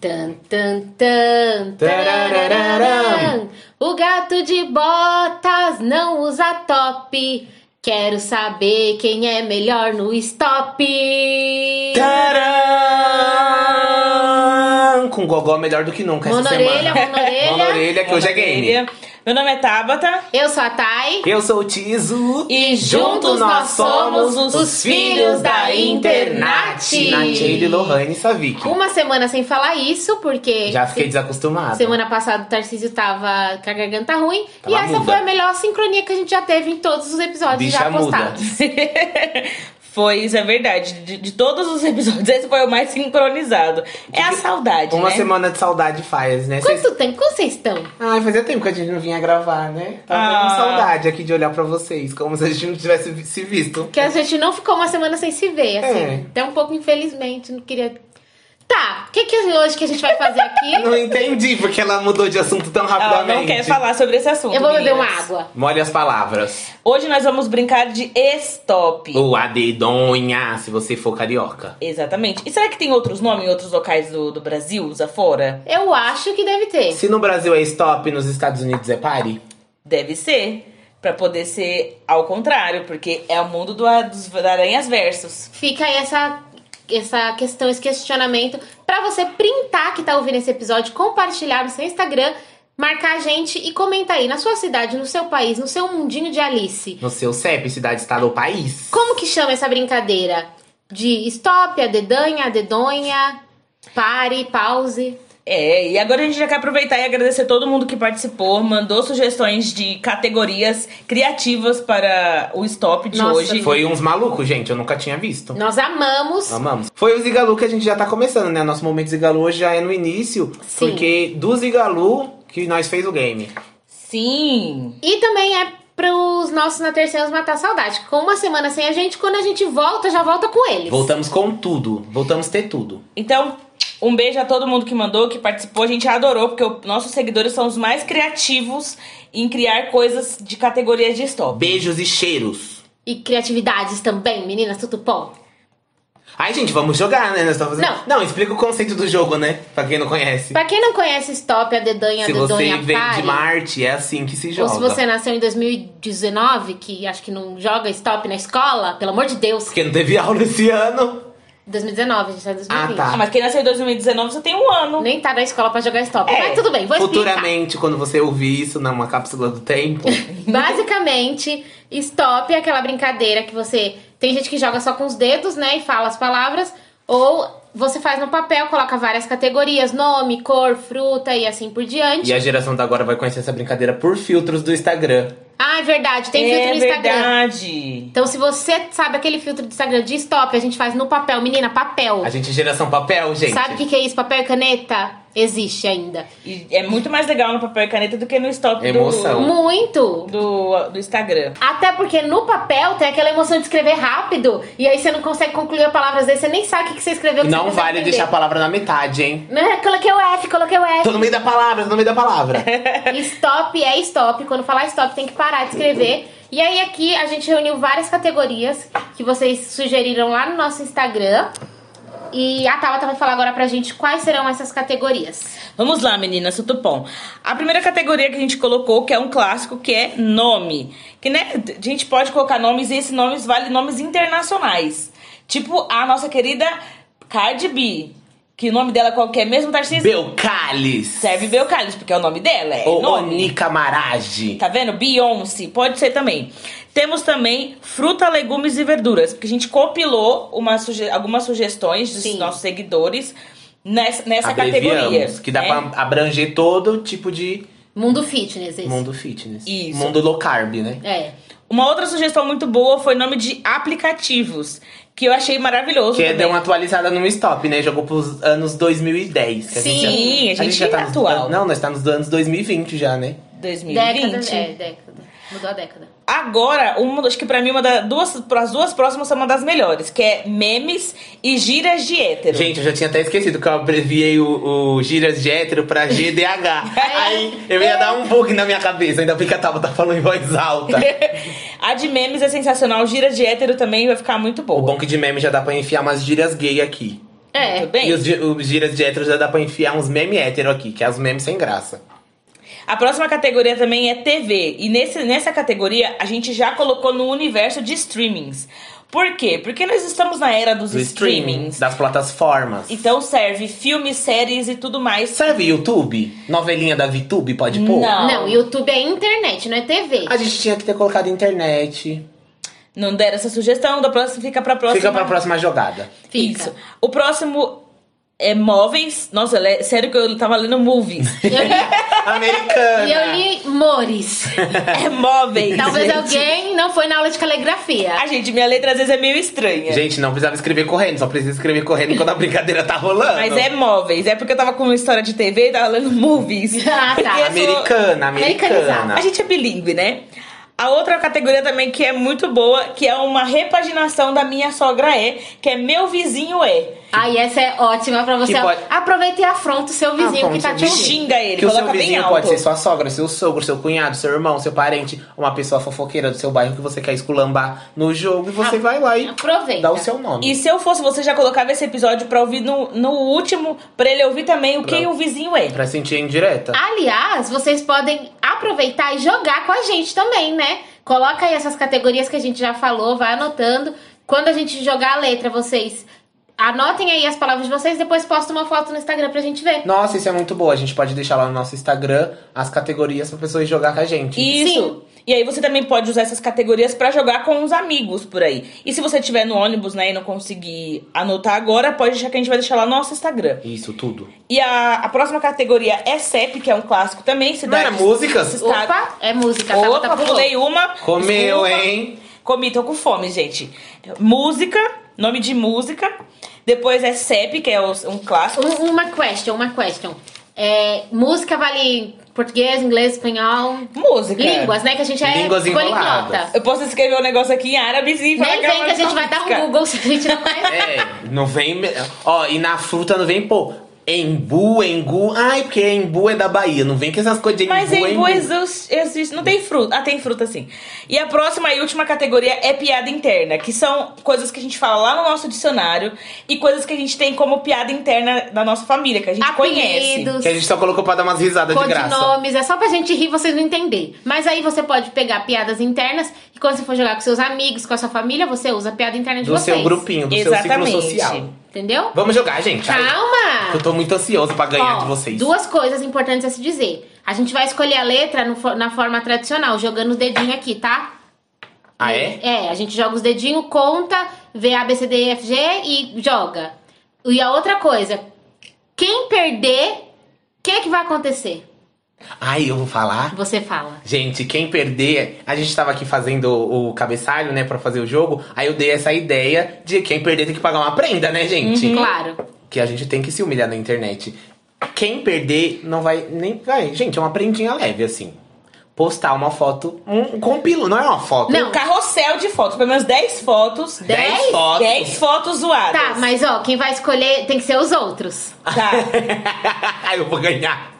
Tan, tan, tan, tararararam. O gato de botas não usa top. Quero saber quem é melhor no stop. Tá. Tcharam! Com gogó melhor do que nunca essa Monorelha, semana. monorelha. Monorelha, que hoje é game. Meu nome é Tabata. Eu sou a Thay. Eu sou o Tizu. E juntos nós somos os, filhos da internet. Sim. Natiele, Lohane e Savik. Uma semana sem falar isso, porque Já fiquei desacostumada. semana passada o Tarcísio tava com a garganta ruim. Tava e essa muda. foi a melhor sincronia que a gente já teve em todos os episódios Bicha já muda. postados. Foi, isso é verdade. De, de todos os episódios, esse foi o mais sincronizado. É a saudade, Uma né? semana de saudade faz, né? Vocês- Quanto tempo? Como vocês estão? Ai, fazia tempo que a gente não vinha gravar, né? Tava Ah. com saudade aqui de olhar pra vocês, como se a gente não tivesse vi- se visto. Que a gente não ficou uma semana sem se ver, assim. É. Até um pouco, infelizmente, não queria. Tá, o que, que hoje que a gente vai fazer aqui? Não entendi porque ela mudou de assunto tão Ela rapidamente. não quer falar sobre esse assunto. Eu vou beber uma meninas. água. Molhe as palavras. Hoje nós vamos brincar de stop. Ou a dedonha, se você for carioca. Exatamente. E será que tem outros nomes em outros locais do, do Brasil, os afora? Eu acho que deve ter. Se no Brasil é stop, nos Estados Unidos é pare? Deve ser. Pra poder ser ao contrário, porque é o mundo do, a- dos da aranhas versus. Fica aí essa, essa questão, esse questionamento pra você printar que tá ouvindo esse episódio, compartilhar no seu Instagram, marcar a gente e comenta aí na sua cidade, no seu país, no seu mundinho de Alice. No seu CEP, cidade, estado ou país? Como que chama essa brincadeira? De stop, a dedanha, a dedonha, pare, pause. É, e agora a gente já quer aproveitar e agradecer todo mundo que participou, mandou sugestões de categorias criativas para o stop de Nossa, hoje. Foi uns malucos, gente, eu nunca tinha visto. Nós amamos. Amamos. Foi o Zigalu que a gente já tá começando, né? Nosso momento Zigalu hoje já é no início. Sim. Porque do Zigalu que nós fez o game. Sim. E também é pros nossos na terceiros matar a saudade. Com uma semana sem a gente, quando a gente volta, já volta com eles. Voltamos com tudo. Voltamos ter tudo. Então, um beijo a todo mundo que mandou, que participou. A gente adorou, porque o- nossos seguidores são os mais criativos em criar coisas de categorias de stop. Beijos e cheiros. E criatividades também, meninas, tudo bom. Ai, gente, vamos jogar, né? Nós estamos fazendo... Não. explica o conceito do jogo, né? Pra quem não conhece. Pra quem não conhece Stop, a Dedanha, Se a Dedonha, você vem Pare, de Marte, é assim que se ou joga. se você nasceu em 2019, que acho que não joga Stop na escola, pelo amor de Deus. Porque não teve aula esse ano. 2019, a gente tá em 2020. Ah, Ah, mas quem nasceu em 2019 só tem um ano. Nem tá na escola pra jogar Stop. É. Mas tudo bem, vou explicar. Futuramente, quando você ouvir isso numa cápsula do tempo, Basicamente, stop é aquela brincadeira que você. Tem gente que joga só com os dedos, né? E fala as palavras. Ou você faz no papel, coloca várias categorias: nome, cor, fruta e assim por diante. e é a geração da agora vai conhecer essa brincadeira por filtros do Instagram. Ah, é verdade, tem é filtro no Instagram. verdade. Então, se você sabe aquele filtro do Instagram de stop, a gente faz no papel. Menina, papel. A gente é geração papel, gente. Sabe o que, que é isso? Papel e caneta? Existe ainda. E é muito mais legal no papel e caneta do que no stop do- Emoção. Muito! do, do Instagram. Até porque no papel tem aquela emoção de escrever rápido. E aí você não consegue concluir a palavra, às vezes você nem sabe o que que você escreveu. que você Não consegue vale entender. deixar a palavra na metade, hein? Né? Coloquei o F, coloquei o Tô F. no meio da palavra, tô no meio da palavra. Stop é stop. Quando falar stop, tem que parar de escrever. E aí, aqui a gente reuniu várias categorias que vocês sugeriram lá no nosso Instagram. E a Tabata vai falar agora pra gente quais serão essas categorias. Vamos lá, meninas, tudo bom. A primeira categoria que a gente colocou, que é um clássico, que é nome. Que, né, a gente pode colocar nomes e esses nomes valem nomes internacionais. Tipo a nossa querida Cardi B, que o nome dela qual que é mesmo, Tarcísio? Belcalis. Serve Belcalis, porque é o nome dela, é Ou nome. Onica Marage. Tá vendo? Beyoncé, pode ser também. Temos também fruta, legumes e verduras, porque a gente compilou uma suge- algumas sugestões dos Sim. nossos seguidores nessa, nessa categoria. Abreviamos, que dá né? pra abranger todo tipo de Mundo fitness, esse. mundo fitness. Isso. Mundo low carb, né? É. Uma outra sugestão muito boa foi nome de aplicativos, que eu achei maravilhoso. Que também. deu uma atualizada no stop, né? Jogou pros anos 2010. que Sim, a gente é nos- atual. Não, nós tá nos anos 2020 já, né? 2020. Década. É, década. Mudou a década. Agora, uma, acho que pra mim é uma das duas, as duas próximas são uma das melhores, que é memes e gírias de hétero. Gente, eu já tinha até esquecido que eu abreviei o, o gírias de hétero pra GDH. É. Aí eu ia dar um bug na minha cabeça, ainda bem que a Tabata falou em voz alta. A de memes é sensacional, gírias de hétero também vai ficar muito o boa. bom que de meme já dá pra enfiar umas gírias gay aqui. É. Muito bem. E os, gi- os gírias de hétero já dá pra enfiar uns memes hétero aqui, que é os memes sem graça. A próxima categoria também é TV. E nesse, nessa categoria a gente já colocou no universo de streamings. Por quê? Porque nós estamos na era dos Do streaming, streamings. das plataformas. Então serve filmes, séries e tudo mais. Serve YouTube? Novelinha da VTube, pode pôr? Não. Não, YouTube é internet, não é TV. A gente tinha que ter colocado internet. Não deram essa sugestão, da próxima fica pra próxima. Fica pra próxima jogada. Fica. Isso. O próximo é móveis. Nossa, le- sério que eu tava lendo movies. Eu li, Americana! e eu li Mores. é móveis. Talvez gente. alguém não foi na aula de caligrafia. Ah, gente, minha letra às vezes é meio estranha. Gente, não precisava escrever correndo, só precisa escrever correndo quando a brincadeira tá rolando. Mas é móveis. É porque eu tava com uma história de TV e tava lendo movies. Ah, tá. Porque eu sou- Americana, Americanizada. americana. A gente é bilíngue, né? A outra categoria também que é muito boa, que é uma repaginação da Minha Sogra É, que é Meu Vizinho É. Aí essa é ótima pra você. Que pode- Aproveita e afronta o seu vizinho Afronta que tá o te vizinho. ouvindo. Xinga ele, que o coloca seu bem vizinho alto. pode ser sua sogra, seu sogro, seu cunhado, seu irmão, seu parente, uma pessoa fofoqueira do seu bairro que você quer esculambar no jogo e você Ah, vai lá e Aproveita. dá o seu nome. E se eu fosse você, já colocava esse episódio pra ouvir no, no último, pra ele ouvir também o quem o vizinho é. Pra sentir a indireta. Aliás, vocês podem aproveitar e jogar com a gente também, né? Coloca aí essas categorias que a gente já falou, vai anotando. Quando a gente jogar a letra, vocês anotem aí as palavras de vocês, depois posta uma foto no Instagram pra gente ver. Nossa, isso é muito bom. A gente pode deixar lá no nosso Instagram as categorias pra pessoas jogar com a gente. Isso. E aí você também pode usar essas categorias pra jogar com os amigos por aí. E se você estiver no ônibus, né, e não conseguir anotar agora, pode deixar que a gente vai deixar lá no nosso Instagram. Isso, tudo. E a, a próxima categoria é CEP, que é um clássico também. Não Cidade era música? Estado- Opa, é música, tá? Opa, pulei uma. Comeu, Desculpa. hein? Comi, tô com fome, gente. Música, nome de música. Depois é CEP, que é os- um clássico. Um- uma question, uma question. É, música vale português, inglês, espanhol. Música. Línguas, né? Que a gente é Línguas enroladas. poliglota. Eu posso escrever um negócio aqui em árabe e falar Nem vem que a é gente uma vai dar música. um Google se a gente não conhece. É, não vem. me- Ó, e na fruta não vem, pô. Embu, engu. Ai, porque embu é da Bahia. Não vem com essas coisas de embu, Mas em boas existe, existe- Não tem fruta. Ah, tem fruta sim. E a próxima e última categoria é piada interna, que são coisas que a gente fala lá no nosso dicionário e coisas que a gente tem como piada interna da nossa família, que a gente conhece. Apelidos, Que a gente só colocou pra dar umas risadas de graça. codinomes. É só pra gente rir e vocês não entenderem. Mas aí você pode pegar piadas internas e quando você for jogar com seus amigos, com a sua família, você usa a piada interna de Do vocês. seu é grupinho, do Exatamente. seu ciclo social. Entendeu? Vamos jogar, gente. Ai, Calma! eu tô muito ansioso pra ganhar Ó, de vocês. Duas coisas importantes a se dizer. A gente vai escolher a letra no fo- na forma tradicional, jogando o dedinho aqui, tá? Ah, é? É, a gente joga os dedinhos, conta, vê A, B, C, D, E, F, G e joga. E a outra coisa, quem perder, o que que vai acontecer? Ai, eu vou falar. Você fala. Gente, quem perder, a gente tava aqui fazendo o, o cabeçalho, né, pra fazer o jogo. Aí eu dei essa ideia de quem perder tem que pagar uma prenda, né, gente? Claro. Que a gente tem que se humilhar na internet. Quem perder não vai nem. Vai, gente, é uma prendinha leve, assim. Postar uma foto. Um compilo, não é uma foto. Não. Um carrossel de fotos, pelo menos 10 fotos. Dez fotos. 10 fotos zoadas. Tá, mas ó, quem vai escolher tem que ser os outros. Tá. Ai, eu vou ganhar.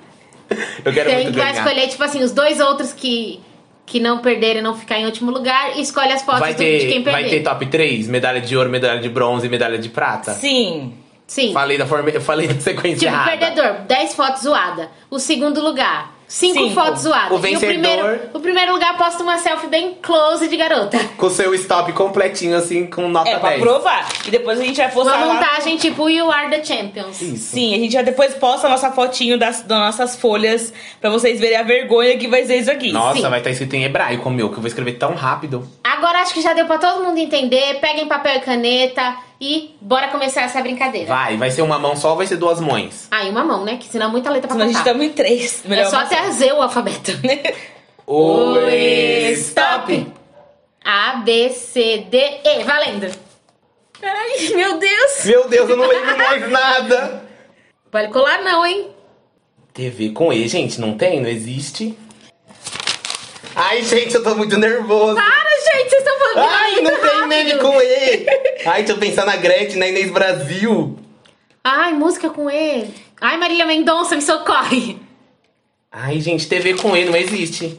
Eu quero Tem muito que vai ganhar. escolher, tipo assim, os dois outros que, que não perderem, não ficar em último lugar, e escolhe as fotos vai do- ter, de quem vai ter perder. top 3, medalha de ouro, medalha de bronze e medalha de prata. Sim. Sim. Falei da forma, eu falei da sequência Tipo, errada. perdedor, 10 fotos zoada. O segundo lugar, 5 Cinco. fotos zoadas. O E o primeiro, vencedor- o primeiro lugar posta uma selfie bem close de garota. Com seu stop completinho, assim, com nota É, pra 10. provar. E depois a gente vai postar Uma lá. montagem tipo You Are the Champions. Isso. Sim, a gente já depois posta a nossa fotinho das, das nossas folhas pra vocês verem a vergonha que vai ser isso aqui. Nossa, Sim. vai estar escrito em hebraico, meu, que eu vou escrever tão rápido. Agora acho que já deu pra todo mundo entender. Peguem papel e caneta e bora começar essa brincadeira. Vai, vai ser uma mão só ou vai ser duas mães? Aí uma mão, né? Que senão é muita letra pra Senão a gente contar. estamos em três. Melhor né? É só assim. até Z o alfabeto. Oi, A, B, C, D, E. Valendo. Peraí, meu Deus. Meu Deus, eu não lembro mais nada. Pode colar não, hein? TV com E, gente, não tem? Não existe? Ai, gente, eu tô muito nervoso. Para, gente. Vocês estão falando Ai, muito não tem tá rápido. meme com E. Ai, deixa eu pensar na Gretchen, na Inês Brasil. Ai, música com E. Ai, Marília Mendonça, me socorre. Ai, gente, TV com E não existe.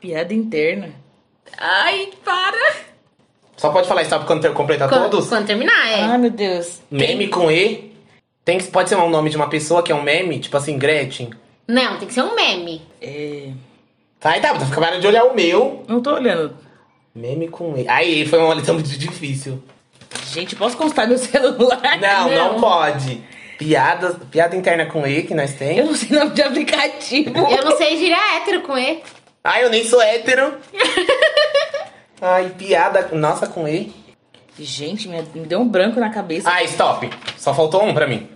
Piada interna. Ai, para. Só pode falar stop quando ter- completar Quando, todos? quando terminar, é. Ai, Ah, meu Deus. Meme com E. Tem, que- pode ser um nome de uma pessoa que é um meme, tipo assim, Gretchen. Não, tem que ser um meme. É... Aí tá, você acabaram de olhar o meu. Não tô olhando. Meme com E. Aí foi uma lição muito difícil. Gente, posso constar meu celular? Não, não, Não. pode. Piada, piada interna com E que nós Eu tem. não sei nome de aplicativo. Eu não sei girar hétero com E. Ai, eu nem sou hétero. Ai, piada, nossa, com E. Gente, me, me deu um branco na cabeça. Ai, stop. Só faltou um pra mim.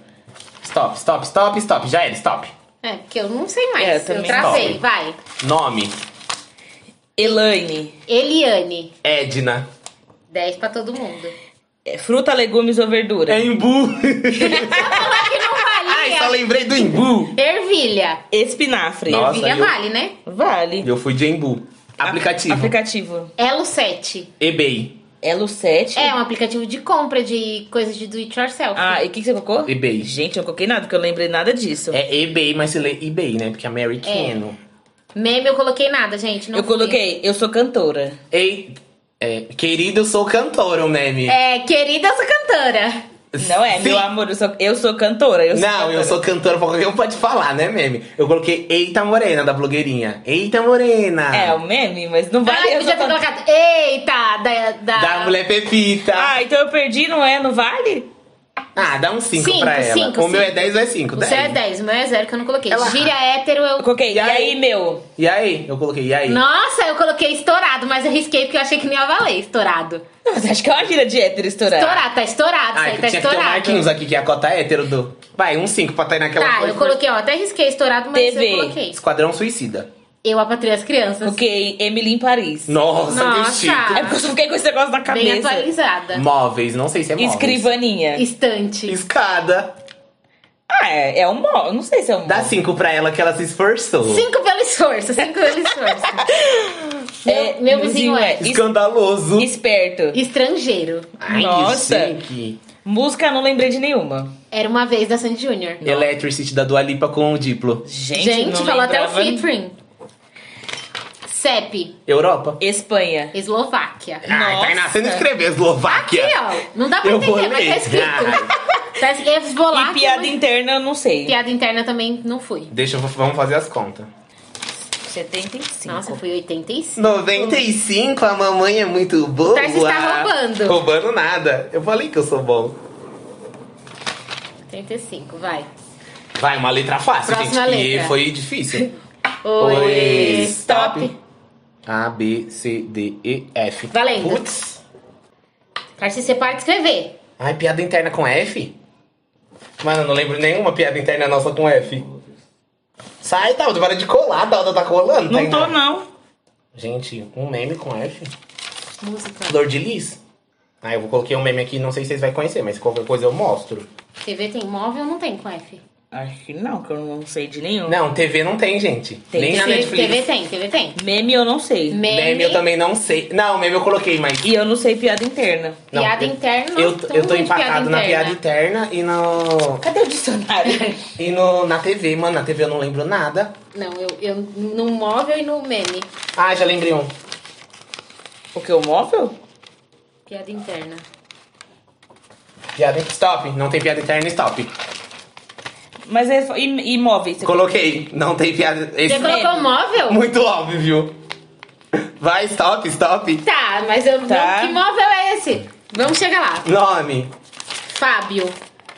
Stop, stop, stop, stop. Já era, stop. É, porque eu não sei É, mais. eu também tracei, não. vai. Nome, Elaine. Eliane. Edna. 10 pra todo mundo. É, fruta, legumes ou verdura? Embu. Falar que não Ai, valia. só lembrei do Embu. Ervilha. Espinafre. Nossa, Ervilha eu- vale, né? Vale. Eu fui de Embu. Aplicativo. Aplicativo. Elo 7. eBay. Elo 7. É um aplicativo de compra de coisas de do it yourself. Ah, e o que, que você colocou? eBay. Gente, eu não coloquei nada, porque eu não lembrei nada disso. É eBay, mas se lê eBay, né? Porque é americano. Meme eu coloquei nada, gente. Não eu fui. coloquei, eu sou cantora. Ei, é, querido, eu sou cantora, o meme. É, querida, eu sou cantora. Não é, Sim. meu amor, eu sou, eu sou cantora. Eu sou Não, eu cantora. sou cantora, qualquer um pode falar, né, meme? Eu coloquei Eita Morena, da blogueirinha. Eita Morena. É, o meme, mas não vale. ah, eu eu podia sou ter cantora. colocado. Eita, da. Da, Da mulher Pepita. Ah, então eu perdi, não é? Não vale? Ah, dá um 5 Cinco, pra ela. cinco, o meu é cinco. 10 ou é 5? O seu é 10, o meu é 0 que eu não coloquei. Ela- Gira hétero eu. Eu coloquei, E e aí? aí, meu? E aí? Eu coloquei, e aí? Nossa, eu coloquei estourado, mas eu risquei porque eu achei que não ia valer estourado. Não, Mas acho que é uma gíria de hétero estourar. Estourado, tá estourado, isso Ai, aí tá tinha Ah, que ter um o Marquinhos estourado. aqui, que é a cota hétero do... Vai, um 5 pra tá aí naquela Tá, coisa. eu coloquei, ó, até risquei estourado, mas TV. eu coloquei. Esquadrão Suicida. Eu apatrei as crianças. Coloquei Emily em Paris. Nossa, Nossa. que chique. É porque eu só fiquei com esse negócio na Bem cabeça. atualizada. Móveis, não sei se é móveis. Escrivaninha. Estante. Escada. Ah, é, é um móvel. Não sei se é um Dá móvel. 5 pra ela que ela se esforçou. Cinco pelo esforço, cinco pelo esforço. É, meu, meu vizinho é. es- Escandaloso. Esperto. Estrangeiro. Ai, Nossa. chique. Música, não lembrei de nenhuma. Era uma vez da Sandy Júnior. Electricity da Dua Lipa com o Diplo. Gente, Gente, não falou até o lembrava. featuring. CEP, Europa. Espanha. Eslováquia. Ai, tá nascendo escrever Eslováquia. Aqui, ó. Não dá pra Eu vou entender, mas tá ler. escrito. tá escrito esbolar. e piada interna, eu não sei. piada interna também não fui. Deixa eu vamos fazer as contas. 75. Nossa, fui 85. 95, a mamãe é muito boa. Tarcísio tá roubando. Roubando nada. Eu falei que eu sou bom. 85, vai. Vai, uma letra fácil, Próxima gente. letra. E foi difícil. Oi, stop. A, B, C, D, E, F. Valendo. Putz. Tarcísio, você para de escrever. Ai, piada interna com F? Mano, eu não lembro nenhuma piada interna nossa com F. Sai, Dalda, para de colar. Dalda tá colando. Não tá tô, indo. não. Gente, um meme com F? Música. Flor de Lis? Ah, eu coloquei um meme aqui, não sei se vocês vão conhecer, mas qualquer coisa eu mostro. TV tem móvel, não tem com F. Acho que não, que eu não sei de nenhum. Não, TV não tem, gente. Tem. Nem na TV, Netflix. TV tem, TV tem. Meme, eu não sei. Meme, Meme eu também não sei. Não, meme eu coloquei, mas. E eu não sei piada interna. Não, Piada eu- interna, não Eu, tem eu tô muito piada empatado na interna. piada interna e no. Cadê o dicionário? E no, na TV, mano. Na TV eu não lembro nada. Não, eu, eu no móvel e no meme. Ah, já lembrei um. o que, o móvel? Piada interna. Piada. Stop. Não tem piada interna, stop. Mas é, e, e móveis? Você Coloquei. Não tem piada. Esse é Você colocou meme. móvel? muito óbvio. Vai, stop, stop. Tá, mas eu Tá. não, que móvel é esse? Vamos chegar lá. Nome. Fábio.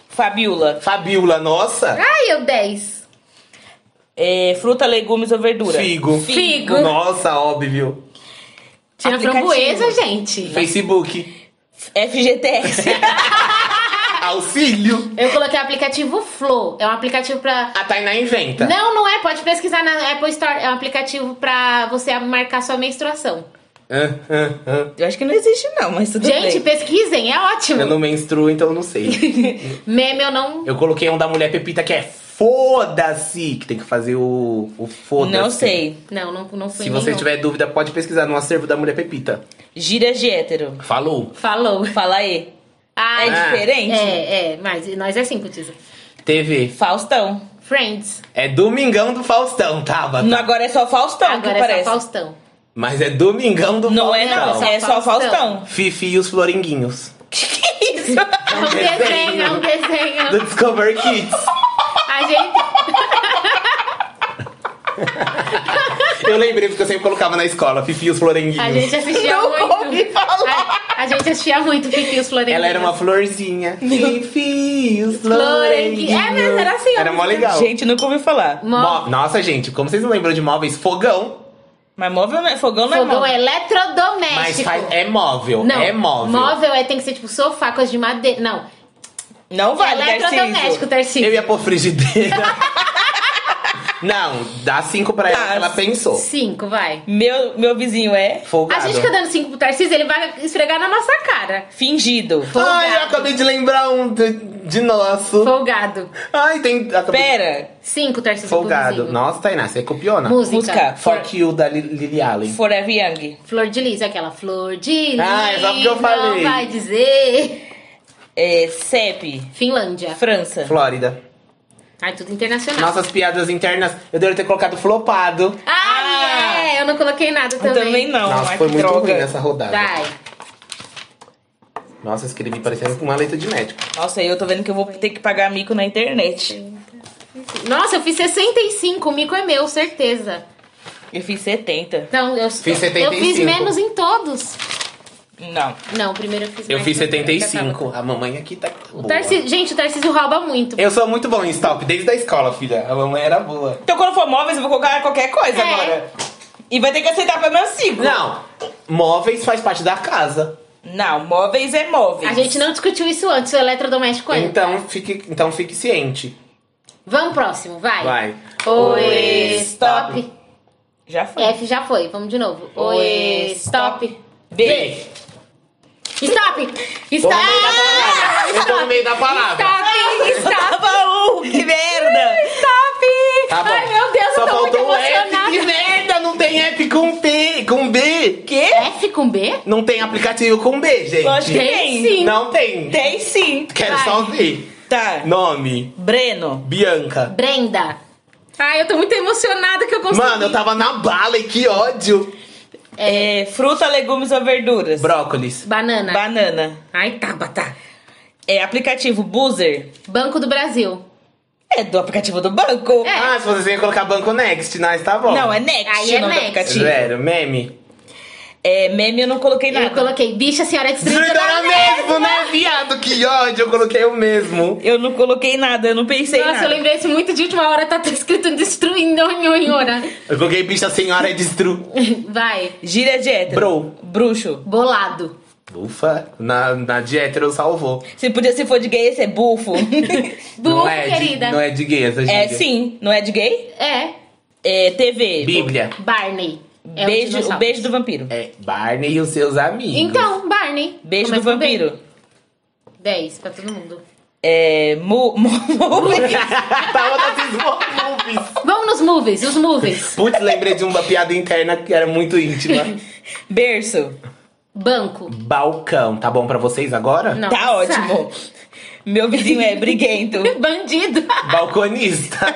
Fabiola. Fabiola, nossa. Ai, eu 10. É, fruta, legumes ou verdura? Figo. Figo. Nossa, óbvio. Tira a Aplicativo. framboesa, gente. Facebook. FGTS. Auxílio. Eu coloquei o aplicativo Flow. É um aplicativo pra. A Tainá inventa. Não, não é. Pode pesquisar na Apple Store. É um aplicativo pra você marcar sua menstruação. Hã, hã, hã. eu acho que não existe, não, mas tudo Gente, bem. pesquisem. É ótimo. Eu não menstruo, então eu não sei. Meme eu não. Eu coloquei um da mulher Pepita que é foda-se, que tem que fazer o, o foda-se. Não sei. Não, não, não fui Se você nenhum. tiver dúvida, pode pesquisar no acervo da mulher Pepita. Gírias de hétero. Falou. Falou. É Fala E. Ah, É diferente? É, é, mas nós é cinco, Tisa. TV. Faustão. Friends. É Domingão do Faustão, tava. Não, agora é só Faustão Agora que é parece. só Faustão. Mas é Domingão do Não é Faustão. não, é só Faustão. Fifi e os Floringuinhos. Que isso? É um desenho, é um Do desenho. Discover Kids. A gente. Eu lembrei porque eu sempre colocava na escola, Fifi e os A Floringuinhos. gente assistia Não muito. ouvi falar. A, a gente assistia muito Fifi e os Florentinos. Ela era uma florzinha. Fifi e os Florenguinhos. Floringuinhos. É, mas era assim, ó. Era mó legal. Gente, nunca ouvi falar. Mó- Mó- Nossa, gente, como vocês não lembram de móveis? Fogão. Mas móvel não é fogão, não é Fogão móvel. Mas eletrodoméstico. faz- é móvel. tipo- Não, É móvel. Móvel é, tem que ser tipo sofá, coisa de madeira. Não. Não vale, eletrodoméstico, Tarcísio. Eu Tarcísio. ia pôr frigideira. não, dá cinco pra ela Tá. que ela pensou. Cinco, vai. Meu, meu vizinho é A Folgado. gente fica dando cinco pro Tarcísio, ele vai esfregar na nossa cara. fingido. Ai, eu é folgado. acabei de lembrar um de, de nosso. Folgado. Ai, tem. Acabei... Pera, Cinco, Tarcísio. Folgado. Cruzinho. Nossa, Tainá, você copiou, né? Música. Música. Fuck you da Li- Lily Allen. Forever Young. Flor de Lis, aquela. Flor de Lis. Ah, é só porque eu falei. Não vai dizer. É, CEP. Finlândia. França. Flórida. Ai, tudo internacional. Nossas piadas internas, eu deveria ter colocado flopado. Ah, Ah! é! Eu não coloquei nada Eu também. Também não, Nossa, ai, foi que muito droga. ruim essa rodada. Vai. Nossa, escrevi parecendo com uma letra de médico. Nossa, eu tô vendo que eu vou ter que pagar mico na internet. Nossa, eu fiz 65. O mico é meu, certeza. Eu fiz 70. Então, eu Fiz Eu fiz 75. menos em todos. Não. Não, primeiro eu fiz Eu mais, fiz mas eu tava- 75. A mamãe aqui tá. O Boa. Tarcísio, gente, o Tarcísio rouba muito. Eu sou muito bom em stop, desde a escola, filha. A mamãe era boa. Então quando for móveis, eu vou colocar qualquer coisa É. agora. E vai ter que aceitar pelo menos 5. Não, móveis faz parte da casa. Não, móveis é móveis. A gente não discutiu isso antes, o eletrodoméstico ainda. Então fique, então fique ciente. Vamos próximo, vai. Vai. Oi, Oi, stop. Já foi. F já foi, vamos de novo. Oi, Oi, stop. B. Stop! Stop! Ah! Eu tô no meio da palavra. Stop! Stop! Tava um, que merda! Stop! Tá bom. Ai, meu Deus, Só eu tô muito faltou o F. Que emocionada. merda, não tem app com P, com B. Quê? F com B? Não tem aplicativo com B, gente. Lógico que Tem tem. sim. Não tem. Tem sim. Quero Vai. só ver. Tá. Nome, Breno. Bianca. Brenda. Ai, eu tô muito emocionada que eu consegui. Mano, eu tava na bala e que ódio. É, fruta, legumes ou verduras? Brócolis. Banana. Banana. Ai, tá, Tabata. É aplicativo Boozer? Banco do Brasil. É do aplicativo do banco? É. Ah, se você ia colocar banco next, nós tá bom. Não, é Next Aí é o nome do Next. aplicativo. Zero, meme. É, meme eu não coloquei nada. Eu coloquei bicha, senhora é Destruidora destruidora então mesmo, né, viado? Que ódio, eu coloquei o mesmo. Eu não coloquei nada, eu não pensei Nossa, nada. eu lembrei isso muito de última hora, tá escrito destruindo nhonhora. Eu coloquei bicha senhora é destru. Vai. Gíria de hétero. Bro. Bruxo. Bolado. Ufa, na, na de hétero salvou. Se, podia, se for de gay, esse é bufo. Burro, não é querida. De, não é de gay essa é gíria. sim, não é de gay? É. É TV. Bíblia. Barney. É um beijo, o dinossauro. beijo do vampiro. É Barney e os seus amigos. Então, Barney. Beijo do Começa com B. vampiro. 10 pra todo mundo. É. Mu. mu movies. Tava na Cismopubis. Vamos nos movies, os movies. Putz, lembrei de uma piada interna que era muito íntima. Berço. Banco. Balcão, tá bom pra vocês agora? Não. Tá Nossa. ótimo. Meu vizinho é briguento. Bandido. Balconista.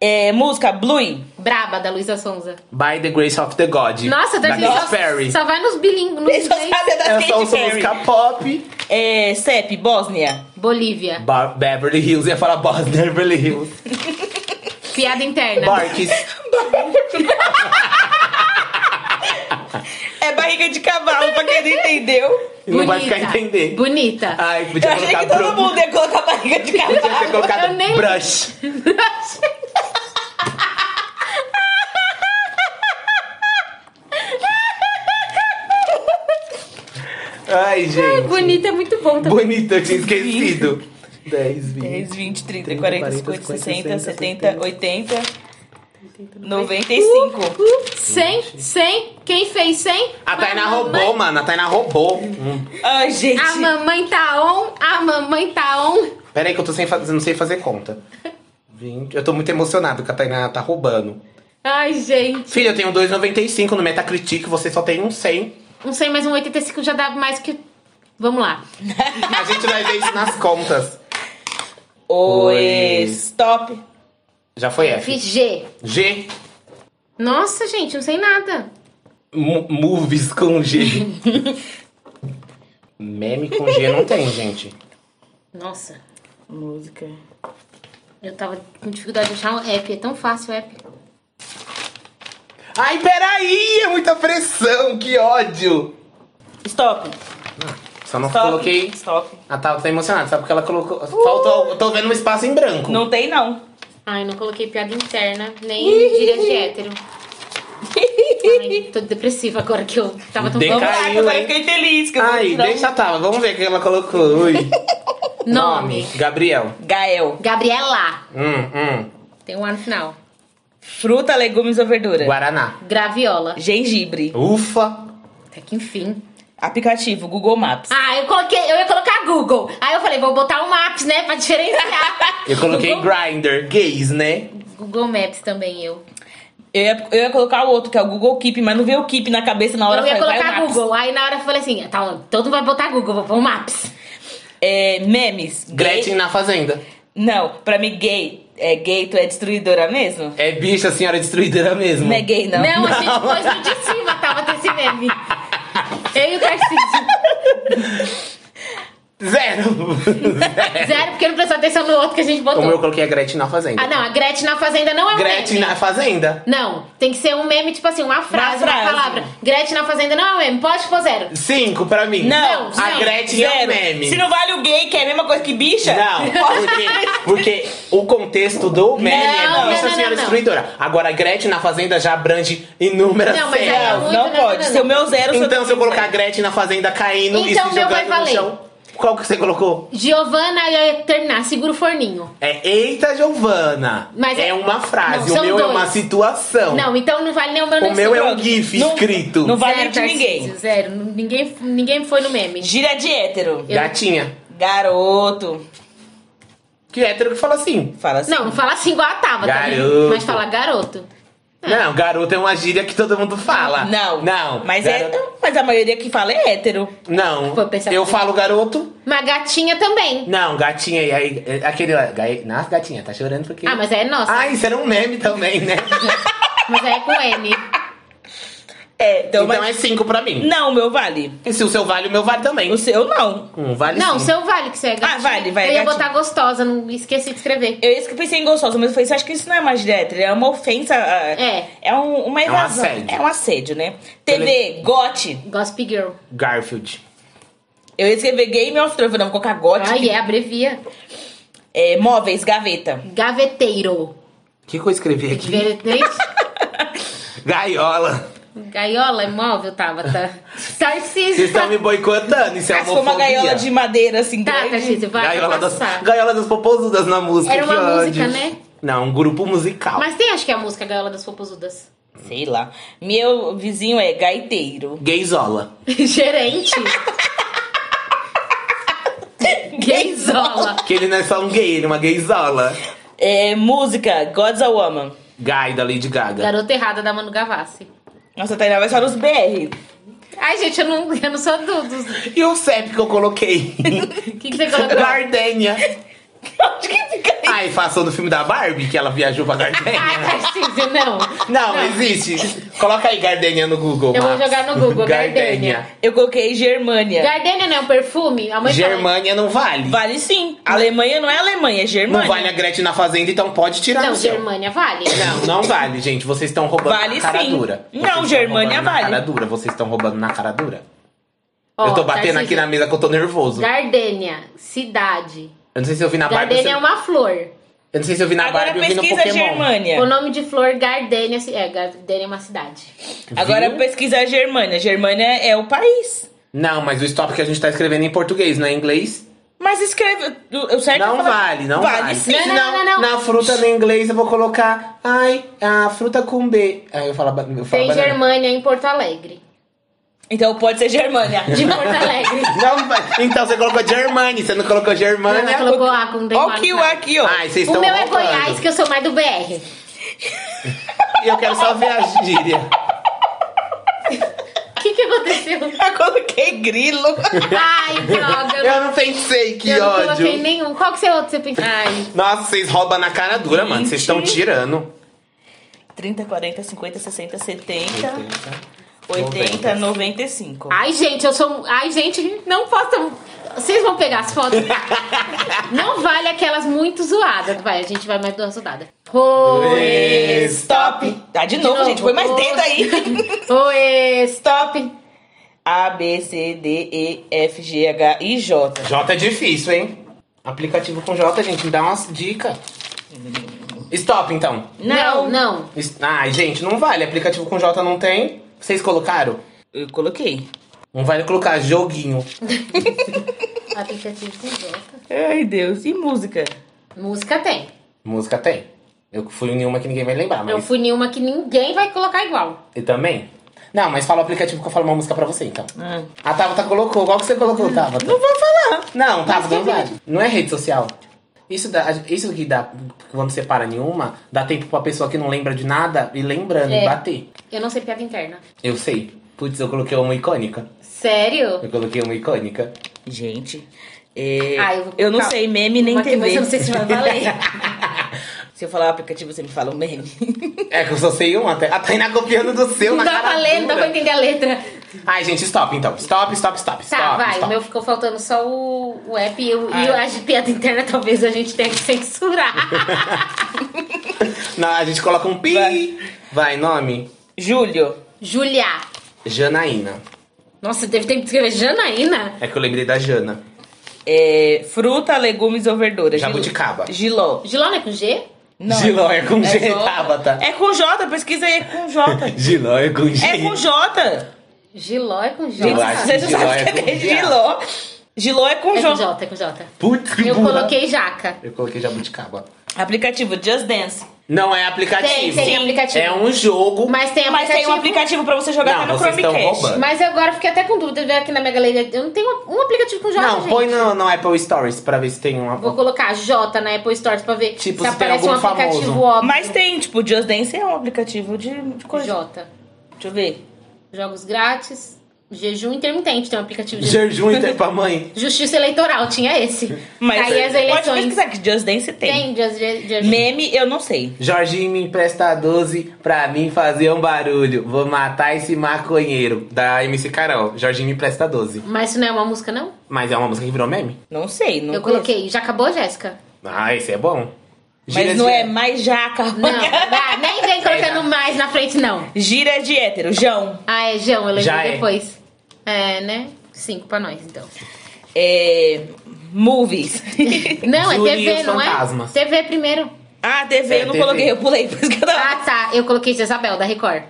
É, música Blue. Braba, da Luísa Sonza. By the grace of the God. Nossa, da Katy Darcy, Perry. só vai nos bilíngues. Ele Nos só gays. sabe a da Eu É só Katy ouço Perry. música pop. É, CEP, Bósnia. Bolívia. Ba- Beverly Hills, ia falar Boss Beverly Hills. Piada interna. Barks. É barriga de cavalo, pra quem não entendeu. Não vai ficar entendendo. Ah. Bonita. Ai, Eu podia achei colocar que todo bro- mundo ia colocar barriga de Podia ter cavalo. colocado Eu nem- brush. Ai, Ai, gente. bonita é muito bom também. Bonito, eu tinha esquecido. 10, 20. 10, 20, 30, 30, 40, 50, 60, 70, 80, 95. Uh, 100, 100. Quem fez 100? A Tainá Mamãe. roubou, mano. A Tainá roubou. Hum. Ai, gente. A mamãe tá on, a mamãe tá on. Pera aí que eu tô sem fazer, não sei fazer conta. 20. Eu tô muito emocionado que a Tainá tá roubando. Ai, gente. Filha, eu tenho 2,95 no Metacritic, você só tem um 100. Não sei, mas um 85 já dá mais que... Vamos lá. A gente vai ver isso nas contas. Oi, Oi. stop. Já foi F. Fiz G. G. Nossa, gente, não sei nada. Mo- movies com G. Meme com G não tem, gente. Nossa, Música. eu tava com dificuldade de achar um app. É tão fácil o app. Ai, peraí! É muita pressão, que ódio! Stop. Só não Stop. coloquei. Stop. A Tava tá emocionada, sabe? Porque ela colocou. Faltou. eu Tô vendo um espaço em branco. Não tem, não. Ai, não coloquei piada interna, nem gírias de hétero. Ai, tô depressiva agora que eu tava tão... De- Vamos- Caiu, Caraca, agora hein? eu fiquei feliz que eu vou Ai, tirar um- deixa a Tava, vamos ver o que ela colocou. Ui. Nome. Gabriel. Gael. Gabriela. Hum, hum. Tem um A no final. Fruta, legumes ou verdura? Guaraná. Graviola. Gengibre. Ufa. Até que enfim. Aplicativo, Google Maps. Ah, eu coloquei... Eu ia colocar Google. Aí eu falei, vou botar o Maps, né? Pra diferenciar. Eu coloquei Google, Grinder, gays, né? Google Maps também, eu. Eu ia, eu ia colocar o outro, que é o Google Keep, mas não veio o Keep na cabeça na hora. eu ia falei, vai o colocar Maps. Google. Aí na hora eu falei assim, tá, todo mundo vai botar Google, vou pôr o Maps. É, memes. Gay- Gretchen na fazenda. Não, pra mim, gay. É, gay, tu é destruidora mesmo? É bicha, senhora destruidora mesmo. Não é gay, não. Não, a gente pôs no de cima, tava desse meme. Eu e o Tarcísio. Zero. Zero, porque não prestou atenção no outro que a gente botou. Como eu coloquei a Gretchen na fazenda. Ah, não, a Gretchen na Fazenda não é um Gretchen meme. na fazenda. Não, tem que ser um meme, tipo assim, uma frase, uma, frase. palavra. Gretchen na Fazenda não é um meme, pode pôr zero. Cinco pra mim. Não, a não, Gretchen é um Zero. meme. Se não vale o gay, que é a mesma coisa que bicha? Não, porque, porque o contexto do meme é Não, bicha, não, não, senhora não. destruidora. Agora, a Gretchen na fazenda já abrange inúmeras Não, mas aí é cenas. muito- não não, pode. não, não. Se o meu zero, o seu Então, se eu também colocar a Gretchen na fazenda caindo e se Então, meu vai jogando no valer. chão... Qual que você colocou? Giovana ia terminar, segura o forninho. É Eita Giovana. Mas é, é- uma frase. Não, o são meu é uma dois. situação. Não, então não vale nem o meu nem o meu é seu. um GIF Não- escrito. não vai- Zero, vale de ninguém. Tarcísio, Zero, N- ninguém, ninguém foi no meme. Gira de hétero. Gatinha. Garoto. Que hétero que fala assim. Fala assim. Não, não fala assim igual a Tava, Garoto. mas fala garoto. Ah. Não, garoto é uma gíria que todo mundo fala. Não. Não. Mas, Garo- é, mas a maioria que fala é hétero. Não. Vou pensar assim. Eu aqui. falo garoto. Mas gatinha também. Não, gatinha. E aí, é, aquele lá. gai- Nossa, gatinha, tá chorando porque. Ah, mas é nossa. Ah, isso era um meme também, né? Mas é com N. É, então, então mas- é cinco pra mim. Não, o meu vale. E se o seu vale, o meu vale também. O seu não. Um vale Não, o sim. seu vale que você é gatinha. Ah, vale, vai, Eu ia gatinha. botar gostosa, não esqueci de escrever. Eu isso que eu pensei em gostosa, mas eu falei, você acha que isso não é mais direto? É uma ofensa. ah, É. É um- uma um evasão. assédio. É um assédio, né? TV, gote. Gossip Girl. Garfield. Eu ia escrever Game of Thrones, eu não vou colocar gote. Ai, é, abrevia. É, móveis, gaveta. Gaveteiro. O que, que eu escrevi aqui? Gaiola. Gaiola é móvel, Tabata. Vocês tá Tarcísio. estão me boicotando, isso é Ah, se for uma homofobia. gaiola de madeira, assim, Tá, grande. Tarcísio, vai Gaiola das, passar. gaiola das popozudas na música. Era uma que ódio. música, né? Não, um grupo musical. Mas tem, acho que é a música Gaiola das Popozudas. Sei lá. Meu vizinho é gaiteiro. Gaysola. Gerente. Gayzola. Que ele não é só um gay, ele é uma gaysola. É, música, God's a Woman. Gay da Lady Gaga. Garota errada da Manu Gavassi. Nossa, Tainá vai só nos BR. Ai, gente, eu não, eu não sou do, dos- E o CEP que eu coloquei? O que, que você colocou? Gardênia. Onde que fica isso? Aí passou no filme da Barbie que ela viajou pra Ai, Gardênia. Tarcísio, tá, não. Não, não existe. Coloca aí Gardênia no Google. Eu vou Maps. jogar no Google, Gardênia. Eu coloquei Germânia. Gardênia não é um perfume? A mãe fala. Germânia não vale. Vale sim. Alemanha não é Alemanha, é Germânia. Não vale a Gretchen na fazenda, então pode tirar Não, do seu. Germânia vale. Não, não vale, gente. Vocês estão roubando Vale na cara sim. dura. Não, Vocês estão Germânia roubando vale. Na cara dura. Vocês estão roubando na cara dura. Ó, eu tô batendo aqui Tarcísio, na mesa que eu tô nervoso. Gardênia, cidade. Eu não sei se eu vi na Barbie. ou se Gardênia é Eu... uma flor. eu não sei se eu vi na Agora Barbie ou vi no pesquisa Pokémon. Germânia. O nome de flor Gardênia ci- é Gardênia é uma cidade. Agora Viu? pesquisa Germânia. Germânia é o país. Não, mas o stop que a gente tá escrevendo é em português, não é em inglês. Mas escreve. O certo é Não falar- vale, não vale. sim. Não, não, não, não, não. Na fruta no inglês eu vou colocar. Ai, a fruta com B. Aí eu falo, ba- eu falo Tem né? banana. Germânia em Porto Alegre. Então pode ser Germânia. De Porto Alegre. Não, vai. então você colocou Germânia, você não colocou Não, ela Germânia. colocou A com D. Olha é o que o aqui, ó. Ai, vocês O estão meu é roubando. Goiás, que eu sou mais do BR. Eu quero só ver a gíria. O que, que aconteceu? Eu coloquei grilo. Ai, droga. Eu não pensei, que eu não ódio. coloquei nenhum. Qual que você é outro que você pensa? Ai. Nossa, vocês roubam na cara dura, mano. Vocês estão tirando. 30, 40, 50, 60, 70, Tá. 80. 80, 95. Ai, gente, eu sou. um- Ai, gente, não posso. Vocês vão pegar as fotos. não vale aquelas muito zoadas. Vai, a gente vai mais duas rodadas. Oi, stop! Tá de, novo, gente. Põe mais dedo aí. Oi, stop! A, B, C, D, E, F, G, H, I, J. J é difícil, hein? Aplicativo com J, gente, me dá umas dicas. Stop, então. Não, não. Es- Ai, gente, não vale. Aplicativo com J não tem. Vocês colocaram? Eu coloquei. Não vale colocar joguinho. Aplicativo com J. Ai, Deus. E música? Música tem. Música tem. Eu fui em uma que ninguém vai lembrar, mas. Eu fui nenhuma que ninguém vai colocar igual. E também? Não, mas fala o aplicativo que eu falo uma música pra você, então. Ah. A Tabata colocou. Qual que você colocou, Tabata? Não vou falar. Não, Tá Tabata, não vai. Não é rede social. Isso, dá, isso que dá, quando você para nenhuma, dá tempo pra pessoa que não lembra de nada e lembrando É. e bater. Eu não sei piada interna. Eu sei. Putz, eu coloquei uma icônica. Sério? Eu coloquei uma icônica. Gente. é, Ah, eu vou não colocar- sei meme nem Mas que TV. você não sei se vai valer. Se eu falar o aplicativo, você me fala um meme. É que eu só sei um até. A Tainá copiando do seu Não na dá cara pra ler, não dá dura. pra entender a letra. Ai, gente, stop então. Stop, stop, Tá, stop. stop, vai. O stop. meu ficou faltando só o, o app e, o, e Ah. a de piada interna talvez a gente tenha que censurar. Não, a gente coloca um pi. Vai. Vai, nome. Júlio. Julia. Janaína. Nossa, teve tempo de escrever Janaína? É que eu lembrei da Jana. é, fruta, legumes ou verduras. Gil- Jabuticaba. Giló. Giló não é com G? Não, Giló é com G, tá. J. Tabata. É com J, pesquisa aí, é com J. Giló é com G. É com J. Giló é com J. Gente, Eu acho vocês não que Giló sabem é o que é com J. Giló. Giló é com É com J. J, é com J. Putz, que Eu burra. coloquei jaca. Eu coloquei jabuticaba. Aplicativo Just Dance. Não é aplicativo. Tem, tem Sim. aplicativo. É um jogo. Mas tem Mas tem aplicativo. um aplicativo pra você jogar até Não, no vocês estão Chromecast. roubando. Mas eu agora fiquei até com dúvida de ver aqui na minha galeria. Eu não tenho um aplicativo com J. Não, gente. põe no, no Apple Stories pra ver se tem uma. Vou colocar J na Apple Store pra ver Tipo, se se tem aparece um algum aplicativo famoso. óbvio. Mas tem, tipo, Just Dance é um aplicativo de, de coisa. J. Deixa eu ver. Jogos grátis. Jejum intermitente tem um aplicativo de Jejum e pra mãe. Justiça Eleitoral, tinha esse. Mas Aí as pode eleições. pesquisar que Just Dance tem. Tem dias de- de- Meme, eu não sei. Jorginho me empresta 12 pra mim fazer um barulho. Vou matar esse maconheiro. Da MC Carol. Jorginho me empresta 12. Mas isso não é uma música, não? Mas é uma música que virou meme? Não sei. Não eu conheço. coloquei. Já acabou, Jéssica? Ah, esse é bom. Gírias Mas não de- é mais jaca. Não, dá, nem vem colocando mais na frente, não. Gira de hétero, João. Ah, é, João, eu Já lembrei é. depois. É, né? Cinco pra nós, então. É, movies. Não, Júlia é e TV, os não é? Fantasmas. TV primeiro. ah, TV, É, eu não TV. coloquei, eu pulei. Por isso que eu tava... Ah, tá. Eu coloquei Jezabel, da Record.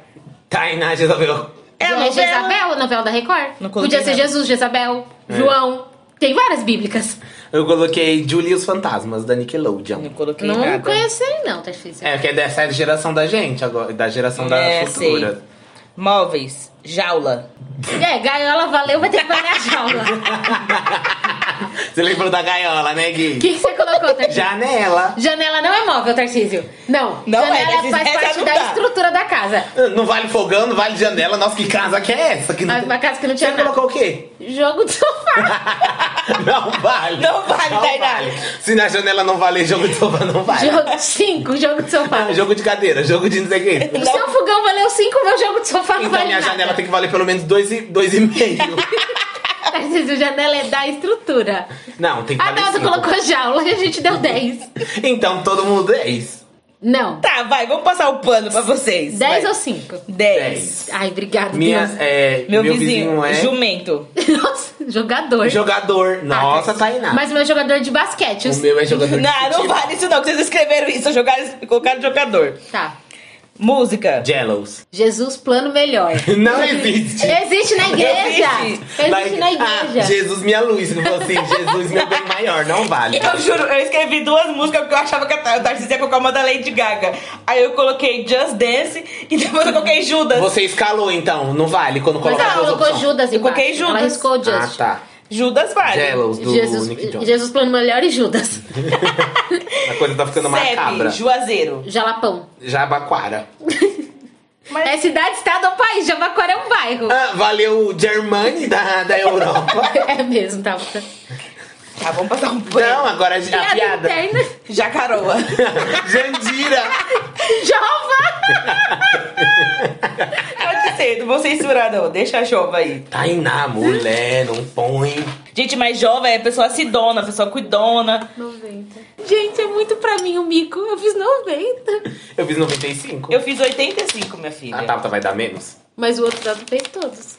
Tainá Jezabel. É a Não novela. Jezabel, a novela da Record. Não Podia coloquei ser nada. Jesus, Jezabel, É. João. Tem várias bíblicas. Eu coloquei Julie e os Fantasmas, da Nickelodeon. Não coloquei é Não nada. conheço ele, não, tá difícil. É, que é dessa geração da gente agora, da geração da É, futura. sei. Móveis, jaula. É, gaiola valeu, vai ter que pagar a jaula. Você lembrou da gaiola, né, O Gui? que, que você colocou, Tarcísio? Janela. Janela não é móvel, Tarcísio. Não. Não é, Janela Tarcísio, faz essa parte não da dá. estrutura da casa. Não vale fogão, não vale janela. Nossa, que casa que é essa? Que não A- tem- Ah, Uma casa que não Você tinha nada. colocou o quê? Jogo de sofá. Não vale. Não vale, Tainá. Se na janela não valer jogo de sofá, não vale. tá jogo 5, jogo de sofá. Ah, jogo de cadeira, jogo de não sei o quê. O seu fogão valeu 5, meu jogo de sofá não Então vale minha nada. janela tem que valer pelo menos dois e, dois e meio. Tarcísio, janela é da estrutura. não, tem que Ah, valer não, você cinco. colocou jaula e a gente deu 10. Então todo mundo 10. Não. Tá, vai, vamos passar o pano pra vocês. 10 vai. ou 5? Dez. Ai, obrigada, Minha, Deus. é, Meu, vizinho, vizinho, é jumento. Nossa, jogador. jogador. Nossa, Tainá. Ah, Mas o meu jogador de basquete. O meu é jogador de Não, não futebol. vale isso não, que vocês escreveram isso, jogaram, colocaram jogador. Tá. Música. Jellos. Jesus, plano melhor. Não existe. Existe na igreja! Existe. Existe Like, na ah, igreja! Jesus, minha luz. Não falou assim, Jesus, meu bem maior. Não vale. Eu juro, eu escrevi duas músicas porque eu achava que a Tar- Tarcísio ia colocar uma da Lady Gaga. Aí eu coloquei Just Dance e depois eu coloquei Judas. Você escalou, então. Não vale quando Mas coloca ela duas colocou opções. Judas Eu coloquei embaixo. Ela Judas. riscou o Just. Ah, tá. Judas vale. Jellos, do Jesus, Nick Jones. Jesus Plano Melhor e Judas. A coisa tá ficando macabra. Sebe, Juazeiro. Jalapão. Jabaquara. Mas- É cidade, estado ou país. Jabaquara é um bairro. Ah, valeu, Germani da, da Europa. É mesmo, tá? Tá, vamos passar um pano. Não, agora a, a Piada piada. interna. Jacaroa. Jandira. Jeová! Tô dizendo, vou censurar não, deixa a Jova aí. Tainá, mulher, não põe. Gente, mas Jova é pessoa cidona, pessoa cuidona. 90. Gente, é muito pra mim o mico. Eu fiz 90. Eu fiz 95. Eu fiz 85, minha filha. A Tabata Ah, tá, vai dar menos? Mas o outro dado fez todos.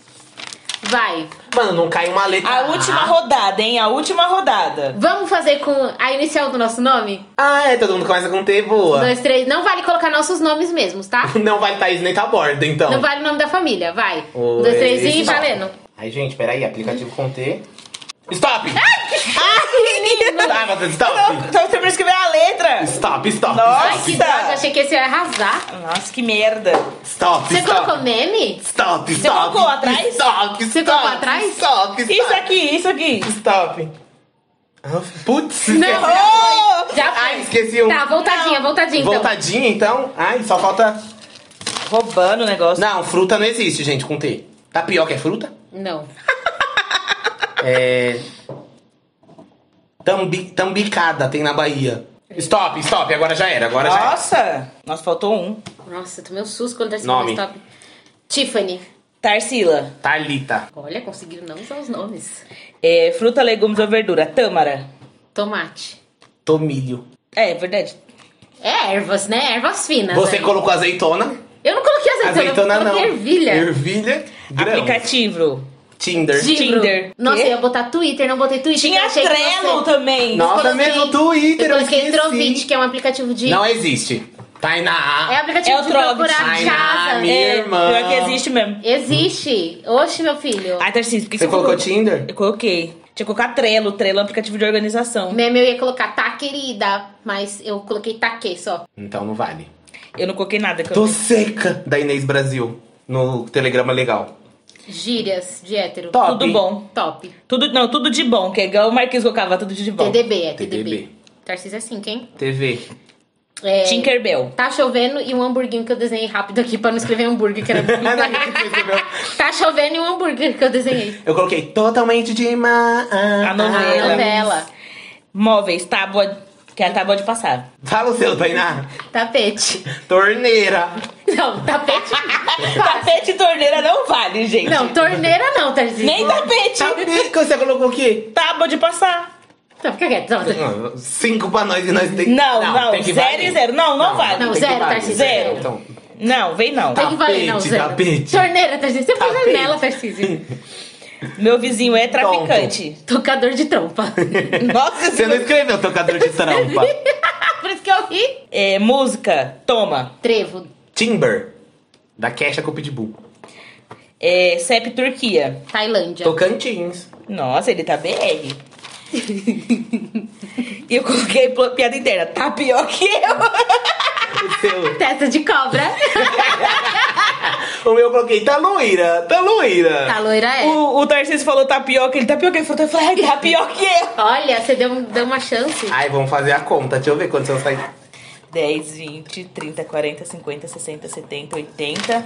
Vai. Mano, não cai uma letra. Ah. A última rodada, hein? A última rodada. Vamos fazer com a inicial do nosso nome? Ah, é, todo mundo começa com T, boa. Um, dois, três. Não vale colocar nossos nomes mesmos, tá? Não vale Thaís nem tá borda, então. Não vale o nome da família. Vai. Um, Oi, dois, três e stop. valendo. Aí, gente, peraí, aplicativo com T. Stop! Menino! Tabata, stop! Então você pra escrever a letra. Stop, stop! Ai, que droga. Achei que esse ia arrasar. Nossa, que merda. Stop, Você colocou stop! meme? Stop, stop! colocou atrás? Stop, stop! Você colocou atrás? Stop, stop! Isso aqui, isso aqui. Stop! Ah, Putz! Não. Oh! Já foi. Ai, esqueci um. Tá, voltadinha, voltadinha então. Voltadinha, então. Ai, só falta. Roubando o negócio. Não, fruta não existe, gente, com T. Tapioca é fruta? Não. É. Tambi... Tambicada tem na Bahia. Stop, stop, agora já era, agora já era. Nossa! Nossa, faltou um. Nossa, eu tomei um susto quando tá escrito Nome. stop. Tiffany. Tarsila. Thalita. Olha, conseguiram não usar os nomes. É, fruta, legumes ou verdura. Tâmara. Tomate. Tomilho. É, é verdade. É ervas, né? Ervas finas. Você né? colocou azeitona? Eu não coloquei azeitona, Azeitona eu não. coloquei ervilha. Ervilha. grão. Aplicativo. Tinder. Giro. Tinder. Nossa, Quê? eu ia botar Twitter, não botei Twitter. Tinha eu achei que Trello você- também. Nossa, Coloquei- mesmo Twitter, Eu eu coloquei esqueci. Trovit, que é um aplicativo de... Não existe. Tainá. É aplicativo É o de Trovit. procurar Ai, casa. Nami. é, irmã. Pior que existe mesmo. Existe. Oxe, meu filho. Ai, Tarcísio, por que Você colocou Tinder? Eu coloquei. Tinha que colocar Trello. Trello é um aplicativo de organização. Meme eu ia colocar tá querida, mas eu coloquei taque só. Então não vale. Eu não coloquei nada. que eu- Tô seca da Inês Brasil. No Telegrama Legal. Gírias de hétero. Top. Tudo bom. Top. Tudo, não, tudo de bom. Que é igual o Marquinhos colocava, tudo de bom. TDB, é TDB. TDB. Tarcísio é 5, hein? TV. É, Tinkerbell. Tá chovendo e um hamburguinho que eu desenhei rápido aqui pra não escrever hambúrguer, que era Tá chovendo e um hambúrguer que eu desenhei. Eu coloquei totalmente demais. A é novela. um A novela. Móveis, tábua, que é a tábua de passar. Fala o seu, Tainá. Tapete. Torneira. Não, tapete. tapete e torneira não vale, gente. Não, torneira não, Tarcísio. Nem tapete. Sabe que você colocou o quê? Tábua de passar. Não, fica quieto. Não, Cinco pra nós e nós tem Não, não. tem que zero valer. e zero. Não, não, vale. não, tem que zero, valer. Tarcísio, zero. Então, Não, vem não. Tem que valer, não, Tapete, zero. tapete. Torneira, Tarcísio. Você põe Tapete. janela, Tarcísio. Meu vizinho é traficante. Tocador de trompa. Nossa você não senhora. escreveu tocador de trampa. Ah, Por isso que eu ri. É, música, toma. Trevo. Timber. Da Kesha com o Pitbull. É, CEP Turquia. Tailândia. Tocantins. Nossa, ele tá BR. E eu coloquei pl- piada interna. Tá pior que eu. O seu- Testa de cobra. O meu eu coloquei, tá loira, tá loira. Tá loira é. O, o Tarcísio falou tapioca, ele tapioca. Ele falou, eu falei, ai, tá pior que eu. Olha, você deu, deu uma chance. Ai, vamos fazer a conta. Deixa eu ver quantos anos tá aí. 10, 20, 30, 40, 50, 60, 70, 80,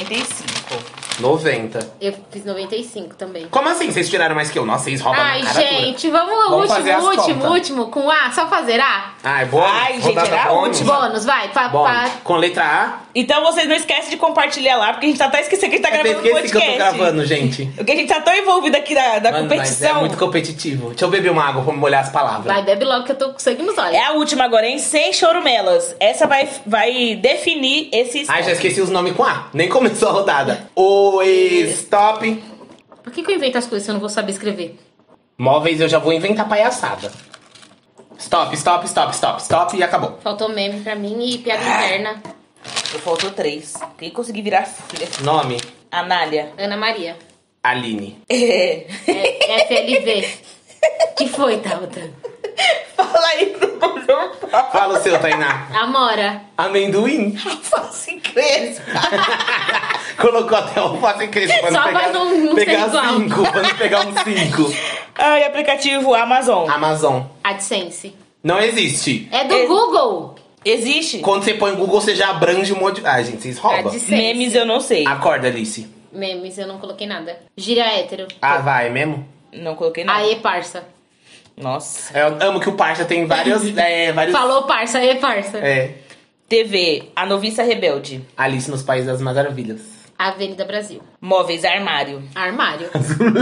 95. 90. Eu fiz 95 também. Como assim? Vocês tiraram mais que eu? Nossa, vocês roubam Ai, na cara dura. gente, vamos ao Vamos fazer último, as último, contas. último. Com A, só fazer A. Ai, bom. Ai, gente, Rodada era a bônus. última. Bônus, vai. Pa, Bônus. pa. Com letra A. Então vocês não esquecem de compartilhar lá, porque a gente tá até esquecendo que a gente tá Até gravando um esqueci podcast. que É eu tô gravando, gente. Porque a gente tá tão envolvido aqui na, na Mano, mas é competição. muito competitivo. Deixa eu beber uma água pra me molhar as palavras. Vai, bebe logo que eu tô com sangue nos É olhos. a última agora, hein? Sem chorumelas. Essa vai, vai definir esse Ai, já stop. esqueci os nomes com A. Nem começou a rodada. Oi, stop. Por que, que eu invento as coisas se eu não vou saber escrever? Móveis eu já vou inventar palhaçada. Stop, stop, stop, stop, stop e acabou. Faltou meme pra mim e piada interna. Eu Faltou três. Quem conseguir virar filha? Nome, Anália. Ana Maria. Aline. É. É, FLV. que foi, Tabata? Fala aí pro Bruno. Fala o seu, Tainá. Amora. Amendoim. Faça inglês. Colocou até o alface crespo pra Só não pegar, mais um, não pegar sei qual. cinco, pra não pegar um cinco. Ai, aplicativo Amazon. Amazon. AdSense. Não existe. É do É- Google. Existe? Quando você põe Google, você já abrange um monte de... Ai, É gente, vocês roubam. AdSense. Memes eu não sei. Acorda, Alice. Memes, eu não coloquei nada. Gira hétero. Ah, vai, é mesmo? Não coloquei nada. Aê, parça. Nossa. Eu amo que o Parcha tem vários... é, vários Falou, parça. Aê, parça. É. TV, A Noviça Rebelde. Alice nos Países das Maravilhas. Avenida Brasil. Móveis, armário. Armário.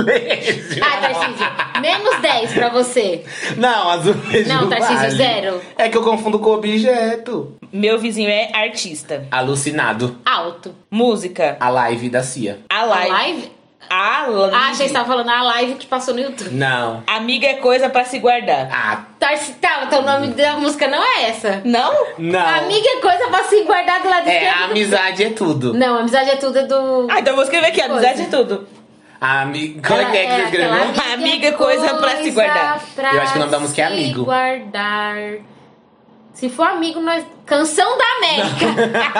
Azulejo. Ah, Tarcísio, menos 10 pra você. Não, azulejo. Não, Tarcísio, vale. zero. É que eu confundo com objeto. Meu vizinho é artista. Alucinado. Alto. Música. A live da Cia. A A live. live? A live. Ah, achei que você tava falando a live que passou no YouTube. Não. Amiga é coisa pra se guardar. Ah, Tarci... Tá, então o nome da música não é essa. Não? não. Amiga é coisa pra se guardar do lado É, esquerdo. a amizade é tudo. Não, amizade é tudo é do. Ah, então eu vou escrever aqui. Amizade é tudo. A ami... Como é que é que você Ela- escreveu? aquela Amiga é coisa pra se guardar. pra Eu acho que o nome da música é se Amigo. guardar. Se for amigo, nós. Canção da América.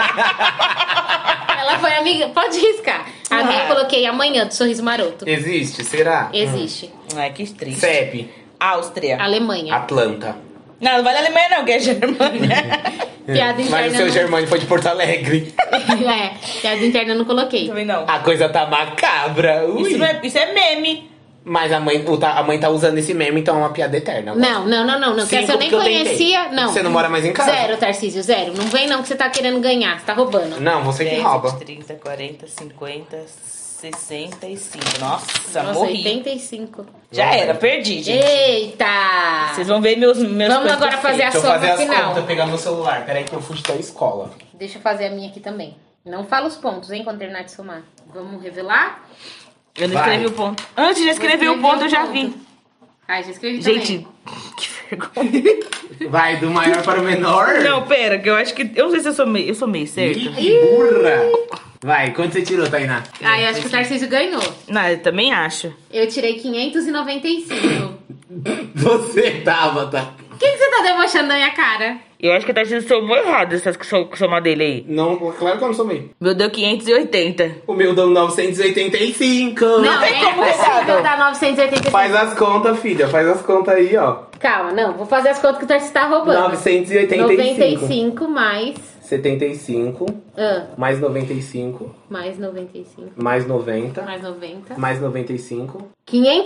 Ela foi amiga. Pode riscar. Amiga, Ah. coloquei amanhã do Sorriso Maroto. É. Existe? Será? Existe. Ai, que triste. CEP, Áustria. Alemanha. Atlanta. Não, não vai na Alemanha não, que é Germânia. Piada interna. Mas o seu não- Germânio foi de Porto Alegre. é, piada interna eu não coloquei. Também não. A coisa tá macabra. Ui. Isso, não é, isso é meme. Mas a mãe, o tá- a mãe tá usando esse meme, então é uma piada eterna. Não, não, não, não, não. Que Cinco, essa eu nem porque eu tentei. conhecia, não. Você não mora mais em casa? Zero, Tarcísio, zero. Não vem não que você tá querendo ganhar, você tá roubando. Não, você que 10, rouba. 30, 40, 50, 65. Tá Nossa, Nossa, morri. 85. Já era, perdi, gente. Eita! Vocês vão ver meus meus Vamos coisas agora que eu fiz. fazer a Deixa eu soma fazer as final. contas, pegar meu celular. Peraí que eu fugi da escola. Deixa eu fazer a minha aqui também. Não fala os pontos, hein, quando terminar de somar. Vamos revelar? Eu não Vai. escrevi o ponto. Antes de escrever Vou o ponto, eu já vi. Ai, já escrevi Gente, também. que vergonha. Vai do maior para o menor? Não, pera, que eu acho que. Eu não sei se eu sou meio. Eu sou meio, certo? Ih, que burra! Vai, quanto você tirou, Tainá? Ai, eu acho que o Tarcísio ganhou. Não, eu também acho. Eu tirei 595. Você tava, tá? O que, que você tá debochando na minha cara? Eu acho que tá sendo somou errado essas que são- que somar dele aí. Não, claro que eu não somei. Meu deu 580. O meu deu 985. Não, tem é como errar, possível não. dar 985. Faz as contas, filha. Faz as contas aí, ó. Calma, não, vou fazer as contas que o Tarcísio tá roubando. 985. 95 mais. 75, ah, mais 95, mais 95. mais 90, Mais 90. mais 95.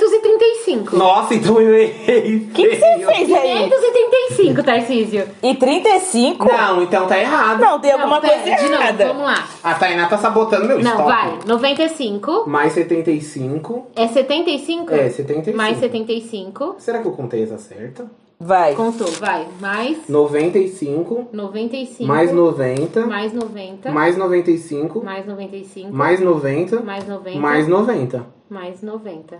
535. Nossa, então eu errei. O que que você feio. fez aí? 535, Tarcísio. E 35? Não, então tá errado. Não, tem Não, alguma pera, coisa de novo, errada. vamos lá. A Tainá tá sabotando meu Não, estoque. vai. 95 Mais 75. é 75? É, 75. Mais 75. Será que eu contei essa certa? Vai. Contou, vai. Mais 95, 95. mais 90, Mais 90. mais 95, mais 95. mais 90, mais 90. mais 90. mais 90.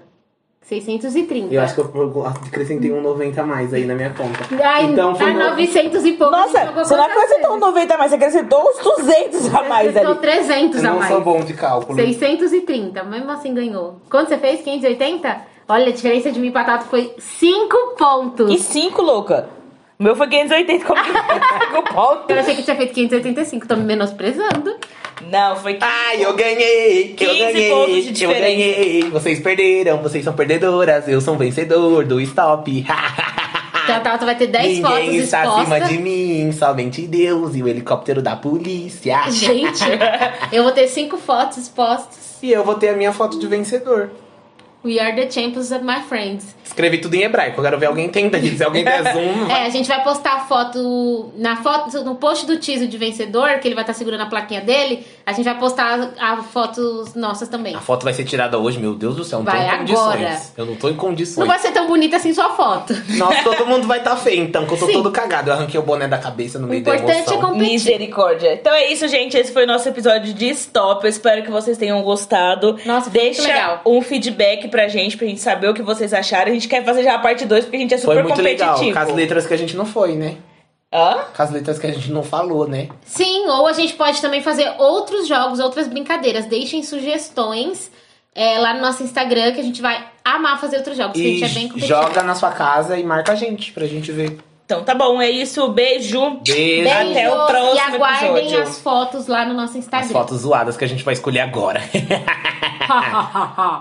630. Eu acho que eu acrescentei um 90 a mais aí na minha conta. Ai, então tá foi no- 900 e pouco. Nossa, você não acrescentou 90 a mais, você acrescentou uns 200 a mais Acrescentou ali. 300 Eu a não mais. sou bom de cálculo. 630, mesmo assim ganhou. Quanto você fez? 580? Olha, a diferença de mim e Patato foi 5 pontos. E 5, louca. O meu foi 580, como que eu pego o ponto? Eu achei que tinha feito 585, tô me menosprezando. Não, foi Ai, eu ganhei! 15 eu ganhei, pontos de Eu diferença. ganhei! Vocês perderam, vocês são perdedoras, eu sou um vencedor do stop. Então a Tata vai ter 10 fotos Ah, Ninguém está acima expostas. de mim, somente Deus e o helicóptero da polícia. Ah, Gente, eu vou ter 5 fotos expostas. E eu vou ter a minha foto de vencedor. We are the champions of my friends. Escrevi tudo em hebraico, eu quero ver alguém tenta disso. Se alguém der zoom. É, a gente vai postar a foto na foto no post do Tiso de vencedor, que ele vai estar segurando a plaquinha dele. A gente vai postar a, a fotos nossas também. A foto vai ser tirada hoje, meu Deus do céu, não Vai tô em condições. agora. Eu não tô em Não condições. vai ser tão bonita assim sua foto. Nossa, todo mundo vai estar tá feio então, que eu tô Sim. todo cagado. Eu arranquei o boné da cabeça no O meio da importante é emoção. competir. Misericórdia. Então é isso, gente. Esse foi o nosso episódio de Stop. Eu espero que vocês tenham gostado. Nossa, foi Deixa muito legal. um feedback pra gente, pra gente saber o que vocês acharam. A gente quer fazer já a parte 2, porque a gente é super Foi muito legal, competitivo. com as letras que a gente não foi, né? Hã? Com as letras que a gente não falou, né? Sim, ou a gente pode também fazer outros jogos, outras brincadeiras. Deixem sugestões é, lá no nosso Instagram, que a gente vai amar fazer outros jogos. que a E gente é bem competitivo. joga na sua casa e marca a gente, pra gente ver. Então tá bom, é isso. Beijo. Beijo. Beijo, Até o próximo E aguardem episódio. as fotos lá no nosso As Instagram. fotos zoadas que a gente vai escolher agora.